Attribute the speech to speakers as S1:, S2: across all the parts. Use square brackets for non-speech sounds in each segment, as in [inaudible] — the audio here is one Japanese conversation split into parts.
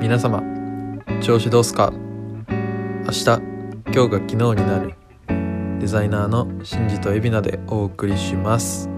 S1: 皆様調子どうすか明日今日が昨日になるデザイナーのシンジとエビナでお送りします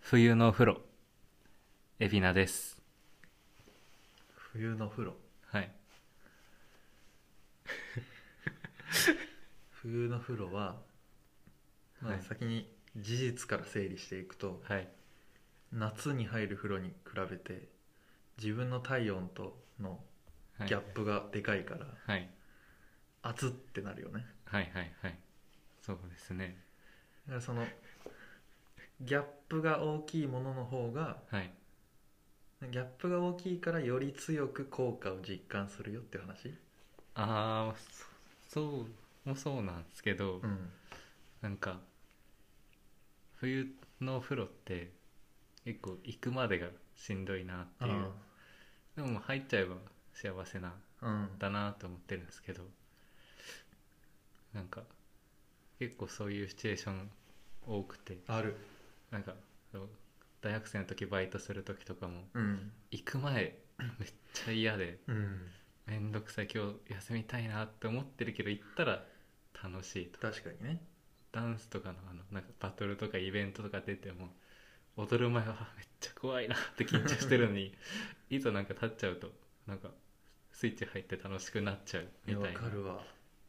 S2: 冬のお風呂エビナです
S1: 冬の風呂
S2: はい
S1: 冬の風呂は、まあ
S2: はい
S1: 先に事実から整理していくと
S2: はい
S1: 夏に入る風呂に比べて自分の体温との
S2: はい
S1: ギャップがでかいから、
S2: はい
S1: 熱ってなるよね
S2: はいはいはいそうですね
S1: だからそのギャップが大きいものの方が
S2: はい
S1: ギャップが大きいからより強く効果を実感するよって話
S2: ああそそうもそうなんですけど、
S1: うん
S2: なんか冬のお風呂って結構行くまでがしんどいなっていうでも入っちゃえば幸せなん
S1: うん
S2: だなと思ってるんですけどなんか結構そういうシチュエーション多くて
S1: ある
S2: なんかそう大学生の時バイトする時とかも
S1: うん
S2: 行く前めっちゃ嫌で
S1: うん
S2: めんどくさい今日休みたいなって思ってるけど行ったら楽しいと
S1: 確かにね
S2: ダンスとかのあのなんかバトルとかイベントとか出ても踊る前はあめっちゃ怖いなって緊張してるのにいざなんか立っちゃうとなんかスイッチ入って楽しくなっちゃうみ
S1: いやわ
S2: たいな
S1: かるわ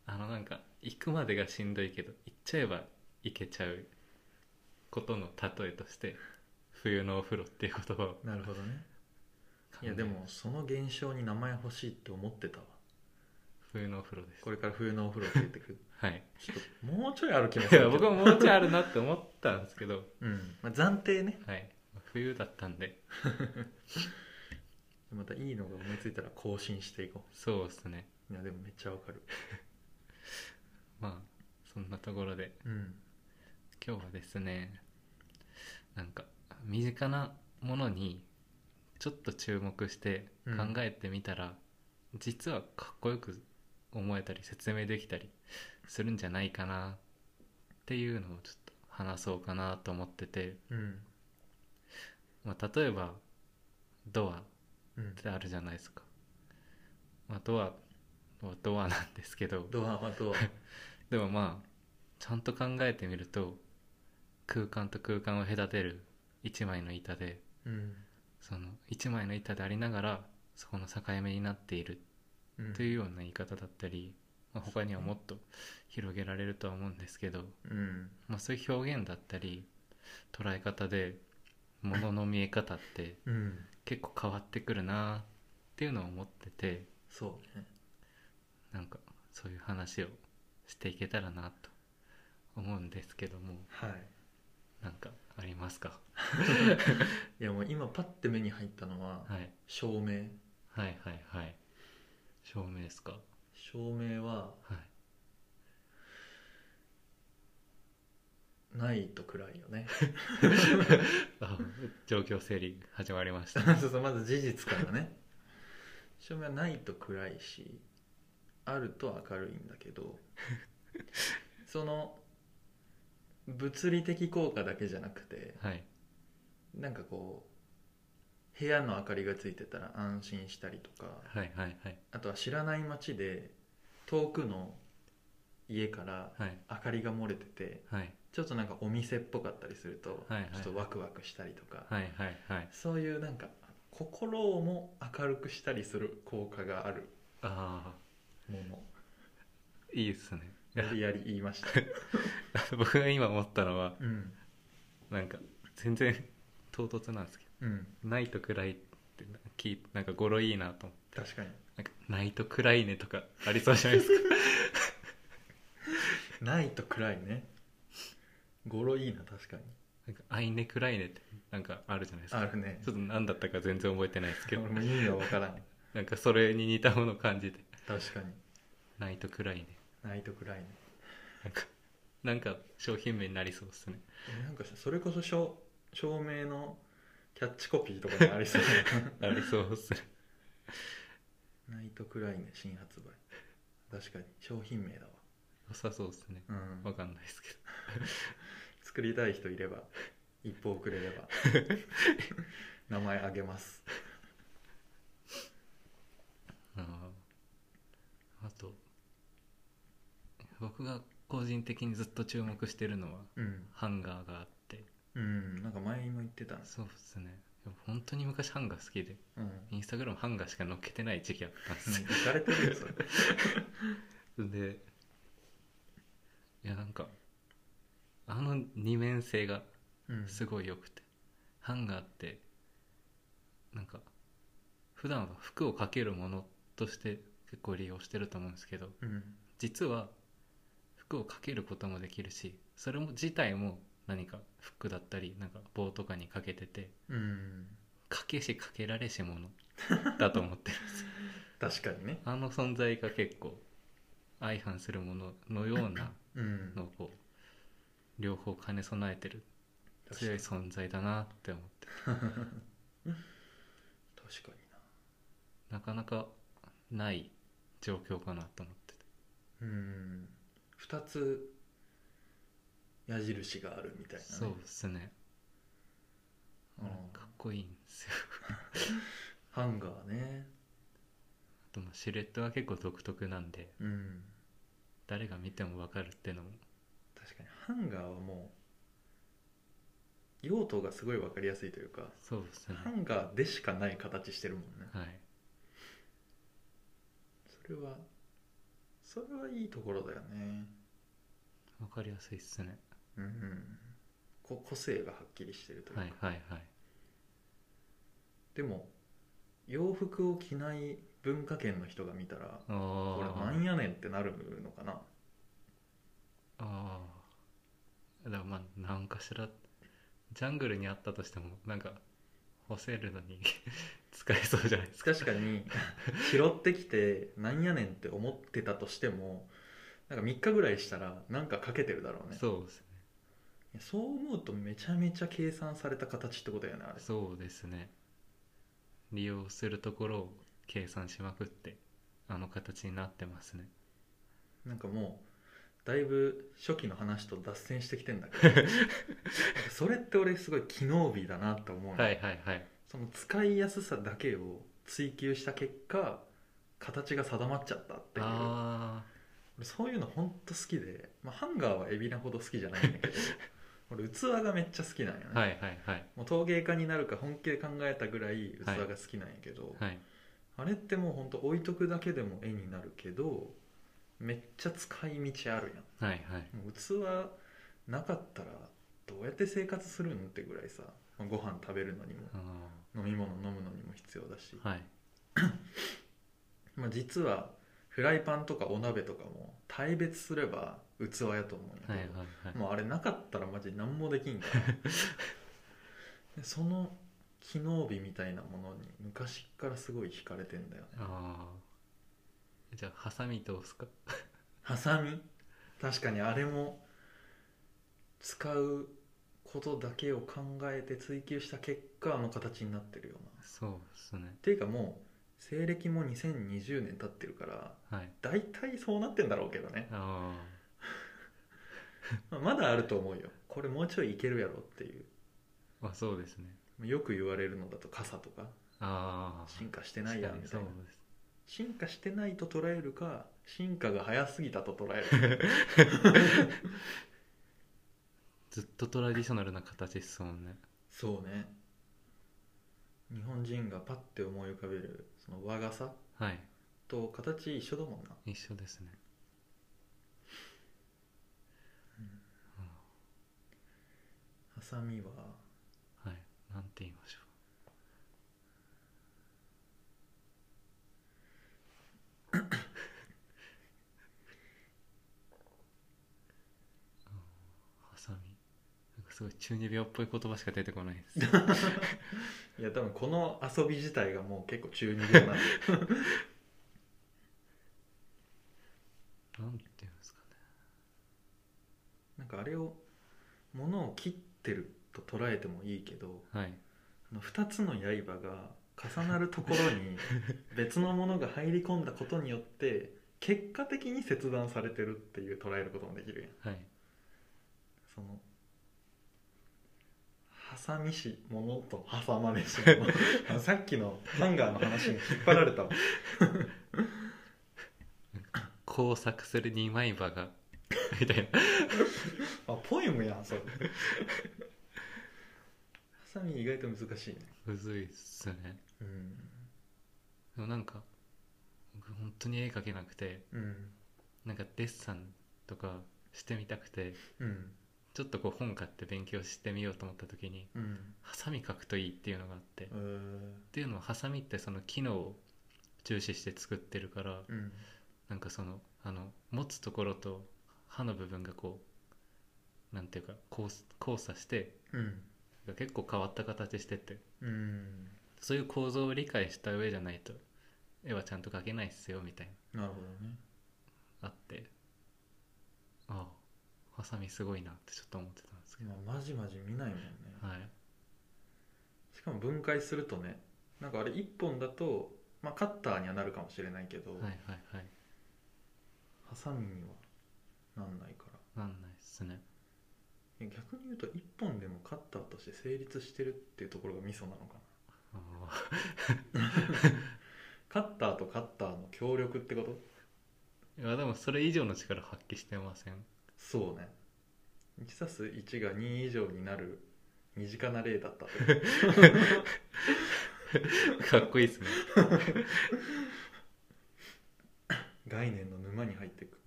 S2: あのなんか行くまでがしんどいけど行っちゃえば行けちゃうことの例えとして冬のお風呂っていう言葉を考
S1: なるほどね
S2: え
S1: いやでもその現象に名前欲しいって思ってた [laughs] わ
S2: 冬のお風呂です
S1: これから冬のお風呂って言ってく [laughs] る
S2: はい
S1: ちょっともうちょいある気も
S2: い
S1: する
S2: や
S1: け
S2: 僕
S1: ど
S2: ももうちょいあるなって思ったんですけど
S1: うんまあ、暫定ね
S2: はい冬だったんで
S1: またいいのが思いついたら更新していこ
S2: そうですね
S1: ういやでもめっちゃわかる
S2: まあそんなところで
S1: うん
S2: 今日はですねなんか身近なものにちょっと注目して
S1: うん
S2: 考えてみたら、実はかっこよく思えたり説明できたりするんじゃないかなっていうのをちょっと話そうかなと思ってて、
S1: うん
S2: まあ、例えばドア
S1: うん
S2: ってあるじゃないですか、まあ、ドアはドアなんですけど
S1: ドアはドア
S2: でもまあちゃんと考えてみると空間と空間を隔てる一枚の板で
S1: [laughs] うん
S2: その一枚の板でありながらそこの境目になっている
S1: うん
S2: というような言い方だったり、まあ、他にはもっと広げられるとは思うんですけど、
S1: うん
S2: まあ、そういう表現だったり捉え方で物の見え方って
S1: うん
S2: 結構変わってくるなっていうのを思ってて
S1: そうね
S2: なんかそういう話をしていけたらなと思うんですけども
S1: はい
S2: なんかありますか
S1: いやもう今パッて目に入ったのは
S2: はい
S1: 照明
S2: はいはいはい照明ですか
S1: 照明は
S2: はい
S1: ないと暗いよね [laughs]
S2: あ状況整理始まりま
S1: [laughs]
S2: した
S1: そうそうまず事実からね照明はないと暗いしあると明るいんだけ [laughs] どその物理的効果だけじゃなくて
S2: はい
S1: なんかこう部屋の明かりがついてたら安心したりとか
S2: はいはいはい
S1: あとは知らない街で遠くの家から
S2: はい
S1: 明かりが漏れてて
S2: はい
S1: ちょっとなんかお店っぽかったりすると、
S2: はいはいはい
S1: ちょっとワクワクしたりとか、
S2: はいはいはい
S1: そういうなんか心をも明るくしたりする効果がある
S2: あ
S1: もの
S2: あいいですね [laughs] いや
S1: 無理やり言い
S2: [laughs]
S1: ました、
S2: 僕が今思ったのは
S1: うん
S2: なんか全然 [laughs] 唐突なんですけ
S1: うん、
S2: ど「ないと暗い」って聞いてなんか語呂いいなと思って
S1: 確かに
S2: 「なんかないと暗いね」とかありそうじゃない
S1: [laughs]
S2: ですか
S1: ないと暗いね語呂いいな確かに
S2: なんか「あいね暗いね」ってなんかあるじゃないです
S1: あ
S2: か
S1: るね
S2: ちょっと何だったか全然覚えてないですけ
S1: [laughs] 俺
S2: ど
S1: も意味が分からん
S2: なんかそれに似たものを感じて
S1: 確かに
S2: 「ないと暗いね
S1: ないと暗いね」
S2: なんかなんか商品名になりそうですね
S1: えなんかさそれこそ照照明のキャッチコピーとかもありそう
S2: ありそうっすね
S1: [laughs] ナイトクライネ新発売確かに商品名だわ
S2: 良さそうっすね
S1: うん
S2: わかんないですけど
S1: 作りたい人いれば一歩遅れれ [laughs] ば名前あげます
S2: あーあと僕が個人的にずっと注目してるのは
S1: うん
S2: ハンガーがあって
S1: うんなんか前も言ってたんです
S2: そうっすねでも本当に昔ハンガー好きで
S1: うん
S2: インスタグラムハンガーしか載っけてない時期あったんですよ
S1: 浮かれてるよそれ
S2: でいやなんかあの二面性が
S1: うん
S2: すごい良くて、ハンガーってなんか普段は服をかけるものとして結構利用してると思うんですけど
S1: うん
S2: 実は服をかけることもできるしそれも自体も何か服だったりなんか棒とかにかけてて
S1: うん
S2: かけしかけられし
S1: [laughs]
S2: ものだと思ってるんですよ
S1: 確かにね
S2: あの存在が結構相反するもののような
S1: うん
S2: のをこう両方兼ね備えてる
S1: 確か
S2: 強い
S1: に
S2: 存在だなって思って
S1: 確かにな
S2: なかなかない状況かなと思ってて
S1: うん2つ矢印があるみたいな、ね、
S2: そうですね
S1: うん
S2: かっこいいんですよ
S1: ハンガーね
S2: あとまあシルエットが結構独特なんで
S1: うん
S2: 誰が見ても分かるっていうのも
S1: 確かにハンガーはもう用途がすごい分かりやすいというか
S2: そうですね
S1: ハンガーでしかない形してるもんね
S2: はい
S1: それはそれはいいところだよね
S2: 分かりやすいっすね
S1: うん、うん、こ個性がはっきりしてるというか、
S2: はいはいはい
S1: でも洋服を着ない文化圏の人が見たら
S2: あ
S1: これな
S2: ー
S1: んやねんってなるのかな
S2: あーだからまあ何かしらジャングルにあったとしてもなんか干せるのに [laughs] 使えそうじゃないですか
S1: 確かに拾ってきてなんやねんって思ってたとしてもなんか3日ぐらいしたらなんかかけてるだろうね
S2: そうですね
S1: いやそう思うとめちゃめちゃ計算された形ってことやねあれ
S2: そうですね利用するところを計算しまくってあの形になってますね
S1: なんかもうだいぶ初期の話と脱線してきてんだけ
S2: [laughs]
S1: どなんかそれって俺すごい機能美だなと思うの、
S2: はいはいはい
S1: その使いやすさだけを追求した結果形が定まっちゃったっていう
S2: あ
S1: 俺そういうのほんと好きで、まあ、ハンガーはエビなほど好きじゃないんだけ
S2: [laughs]
S1: ど俺器がめっちゃ好きなんよね、
S2: あはいはいはい
S1: もう陶芸家になるか本気で考えたぐらい器が好きなんやけど、
S2: はい
S1: あれってもうほんと置いとくだけでも絵になるけどめっちゃ使い道あるやん
S2: はいはい
S1: もう器なかったらどうやって生活するんってぐらいさまあご飯食べるのにも
S2: あ
S1: 飲み物飲むのにも必要だし、
S2: ーはい
S1: まあ、実はフライパンとかお鍋とかも大別すれば器やと思うんやけど、
S2: はいはいはい
S1: もうあれなかったらマジ何もできんからでその機能美みたいなものに昔からすごい惹かれてんだよね
S2: ああじゃあハサミと押すか
S1: ハサミ確かにあれも使うことだけを考えて追求した結果あの形になってるよなっ
S2: そうですね
S1: ていうかもう西暦も2020年経ってるから
S2: はい
S1: 大体そうなってんだろうけどね、
S2: あ
S1: まあまだあると思うよこれもうちょいいけるやろっていう
S2: ーまあそうですね
S1: よく言われるのだと傘とか
S2: ああ
S1: 進化してないやんみたいな
S2: そうです
S1: 進化してないと捉えるか進化が早すぎたと捉える
S2: ずっとトラディショナルな形っすもんね
S1: [laughs] そうね日本人がパッて思い浮かべるその和傘
S2: はい
S1: と形一緒だもんな
S2: 一緒ですね、
S1: ハサミは
S2: うんはいなんて言いましょううんハサミなんかすごい中二病っぽい言葉しか出てこないです
S1: いや多分この遊び自体がもう結構中二 [laughs] 病なんで
S2: なんて言うんですかね
S1: なんかあれを物を切ってると捉えてもいいけど
S2: はい
S1: の2つの刃が重なるところ [laughs] に別のものが入り込んだことによって結果的に切断されてるっていう捉えることもできるやん
S2: はい
S1: その挟みし物と挟まれし物
S2: [laughs]
S1: あのさっきのハンガーの話に引っ張られたわ
S2: 工作する二枚刃が [laughs] みたい
S1: あポエムやんそれハサミ意外と難しいね
S2: なむずいっすね
S1: うん
S2: でもなんか僕本当に絵描けなくて
S1: うん
S2: なんかデッサンとかしてみたくて
S1: うん
S2: ちょっとこう本買って勉強してみようと思った時に
S1: うん
S2: ハサミ描くといいっていうのがあってっ
S1: う
S2: ていうのはハサミってその機能を重視して作ってるから
S1: ん
S2: なんかそのあの持つところと刃の部分がこうなんていうか交差交差して
S1: うん
S2: 結構変わった形してて
S1: うん
S2: そういう構造を理解した上じゃないと絵はちゃんと描けないっすよみたい
S1: なるほどね
S2: なあってああハサミすごいなってちょっと思ってたんですけ
S1: 今まじまじ見ないもんね
S2: どはい
S1: しかも分解するとねなんかあれ1本だと、まあ、カッターにはなるかもしれないけど、
S2: はいはいはい
S1: ハサミにはなんないから
S2: なんないっすね
S1: いや逆に言うと1本でもカッターとして成立してるっていうところがミソなのかな
S2: ああ
S1: カッターとカッターの協力ってこと
S2: いやでもそれ以上の力発揮してません
S1: そうね 1+1 が2以上になる身近な例だったってこと
S2: かっこいいっすね
S1: 概念の沼に入っていく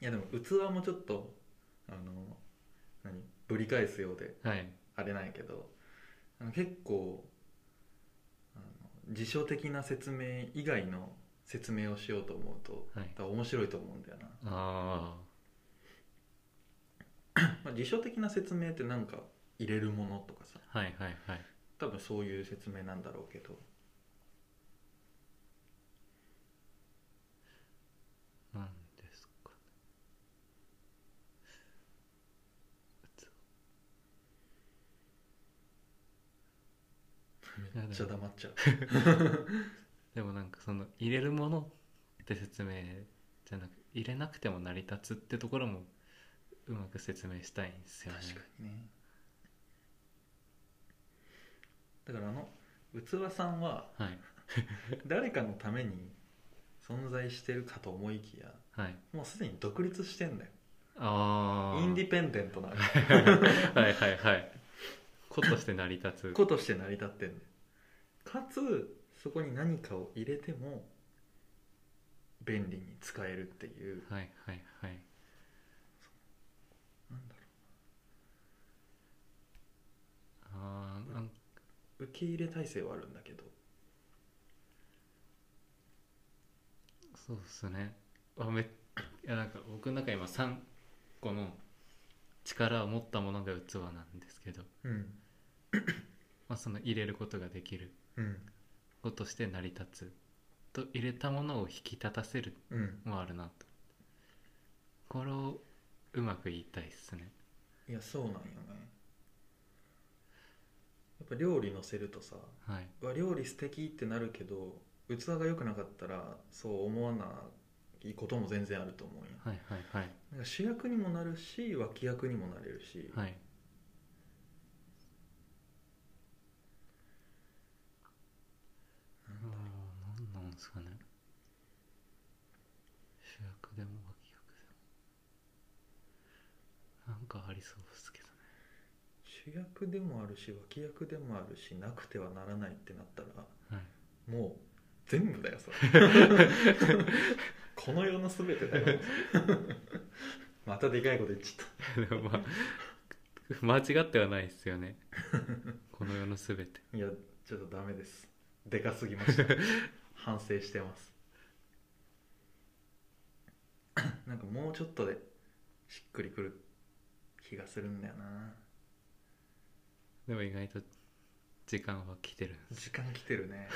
S1: いやでも器もちょっとあの何ぶり返すようで
S2: はい
S1: あれなんやけどあの結構あの辞書的な説明以外の説明をしようと思うと
S2: はい
S1: 多分面白いと思うんだよな、
S2: あ
S1: まあ、辞書的な説明ってなんか入れるものとかさ
S2: あはいはいはい
S1: 多分そういう説明なんだろうけど
S2: なんですか
S1: めっちゃ黙っちゃう
S2: でもなんかその入れるものって説明じゃなく入れなくても成り立つってところもうまく説明したいんですよね
S1: 確かにねだからあの器さんは
S2: はい
S1: 誰かのために存在してるかと思いきや
S2: はい
S1: もうすでに独立してんだよ
S2: ああ
S1: インディペンデントな
S2: はいはいはい子として成り立つ
S1: 子として成り立ってんだよかつそこに何かを入れても便利に使えるっていう
S2: はいはいはい
S1: なんだろ
S2: あーなん
S1: う受け入れ体制はあるんだけど
S2: そうっすねあめいやなんか僕の中今3個の力を持ったものが器なんですけど、
S1: うん
S2: まあ、その入れることができる
S1: うん
S2: 子として成り立つと入れたものを引き立たせる
S1: うん
S2: もあるなとこれをうまく言いたいっすね
S1: いやそうなんよねやっぱ料理のせるとさ
S2: はい、
S1: うわ料理素敵ってなるけど器が良くなかったらそう思わないことも全然あると思うんや
S2: はいはいはい
S1: なんか主役にもなるし脇役にもなれるし、
S2: はい
S1: なんだろ
S2: 何なんですかね主役でも脇役でもなんかありそうですけどね
S1: う主役でもあるし脇役でもあるしなくてはならないってなったら
S2: はい
S1: もう全部だよそれこの世の全てだよまたでかいこと言っちゃった
S2: [laughs] でもまあ [laughs] 間違ってはないですよ [laughs] ねこの世のすべて
S1: いやちょっとダメですでかすぎました反省してます [coughs] なんかもうちょっとでしっくりくる気がするんだよな
S2: でも意外と時間は来てるんです
S1: 時間来てるね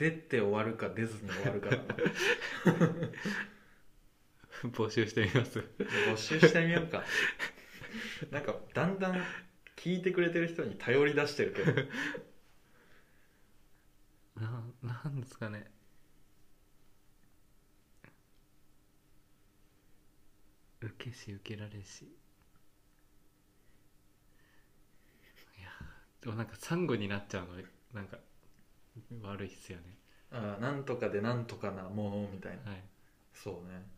S1: 出て終わるか出ずに終わるかだな
S2: 募集してみます
S1: 募集してみようかなんかだんだん聞いてくれてる人に頼り出してるけど
S2: ななんですかね受けし受けられしいやでもなんかサンゴになっちゃうのなんか悪いっすよね
S1: ああなんとかでなんとかなものみたいな
S2: はい
S1: そうね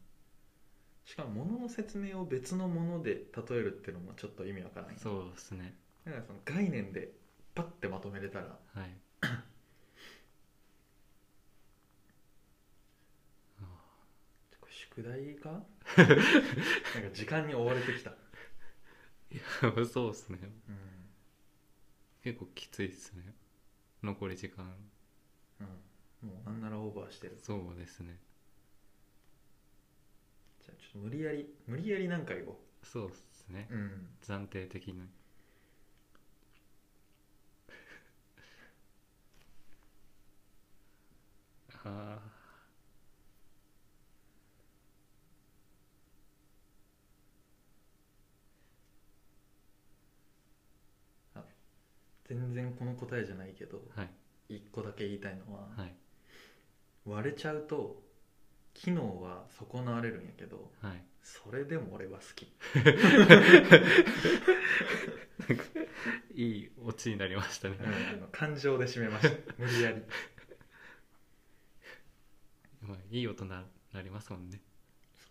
S1: しかも物の説明を別のもので例えるっていうのもちょっと意味わからないだか
S2: そうですね
S1: らその概念でパッてまとめれたら
S2: はい [laughs] あ
S1: これ宿題 [laughs] かなんか時間に追われてきた、
S2: ーいやそうですね
S1: うん
S2: 結構きついですね残り時間
S1: うん、もうなんならオーバーしてる
S2: そうですね
S1: じゃあちょっと無理やり無理やりなんか言おう
S2: そうですね
S1: うん
S2: 暫定的にあ
S1: 全然この答えじゃないけど
S2: あはい
S1: 一個だけ言いたいのは、
S2: はい
S1: 割れちゃうと機能は損なわれるんやけど
S2: はい
S1: それでも俺は好き
S2: いいオチになりましたね
S1: うんあの感情で締めま [laughs] した無理やり
S2: まあいい大人になりますもんね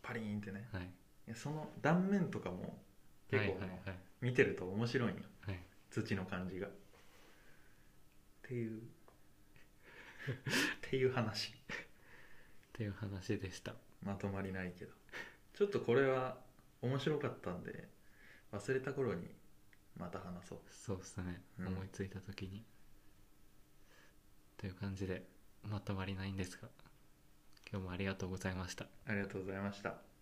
S1: パリーンってね
S2: はい
S1: いやその断面とかも結構
S2: はいはいはい
S1: 見てると面白いんよ
S2: はい
S1: 土の感じがっていう [laughs] っていう話
S2: っていう話でした
S1: まとまりないけどちょっとこれは面白かったんで忘れた頃にまた話そう
S2: そうですね、
S1: うん
S2: 思いついた時にという感じでまとまりないんですが今日もありがとうございました
S1: ありがとうございました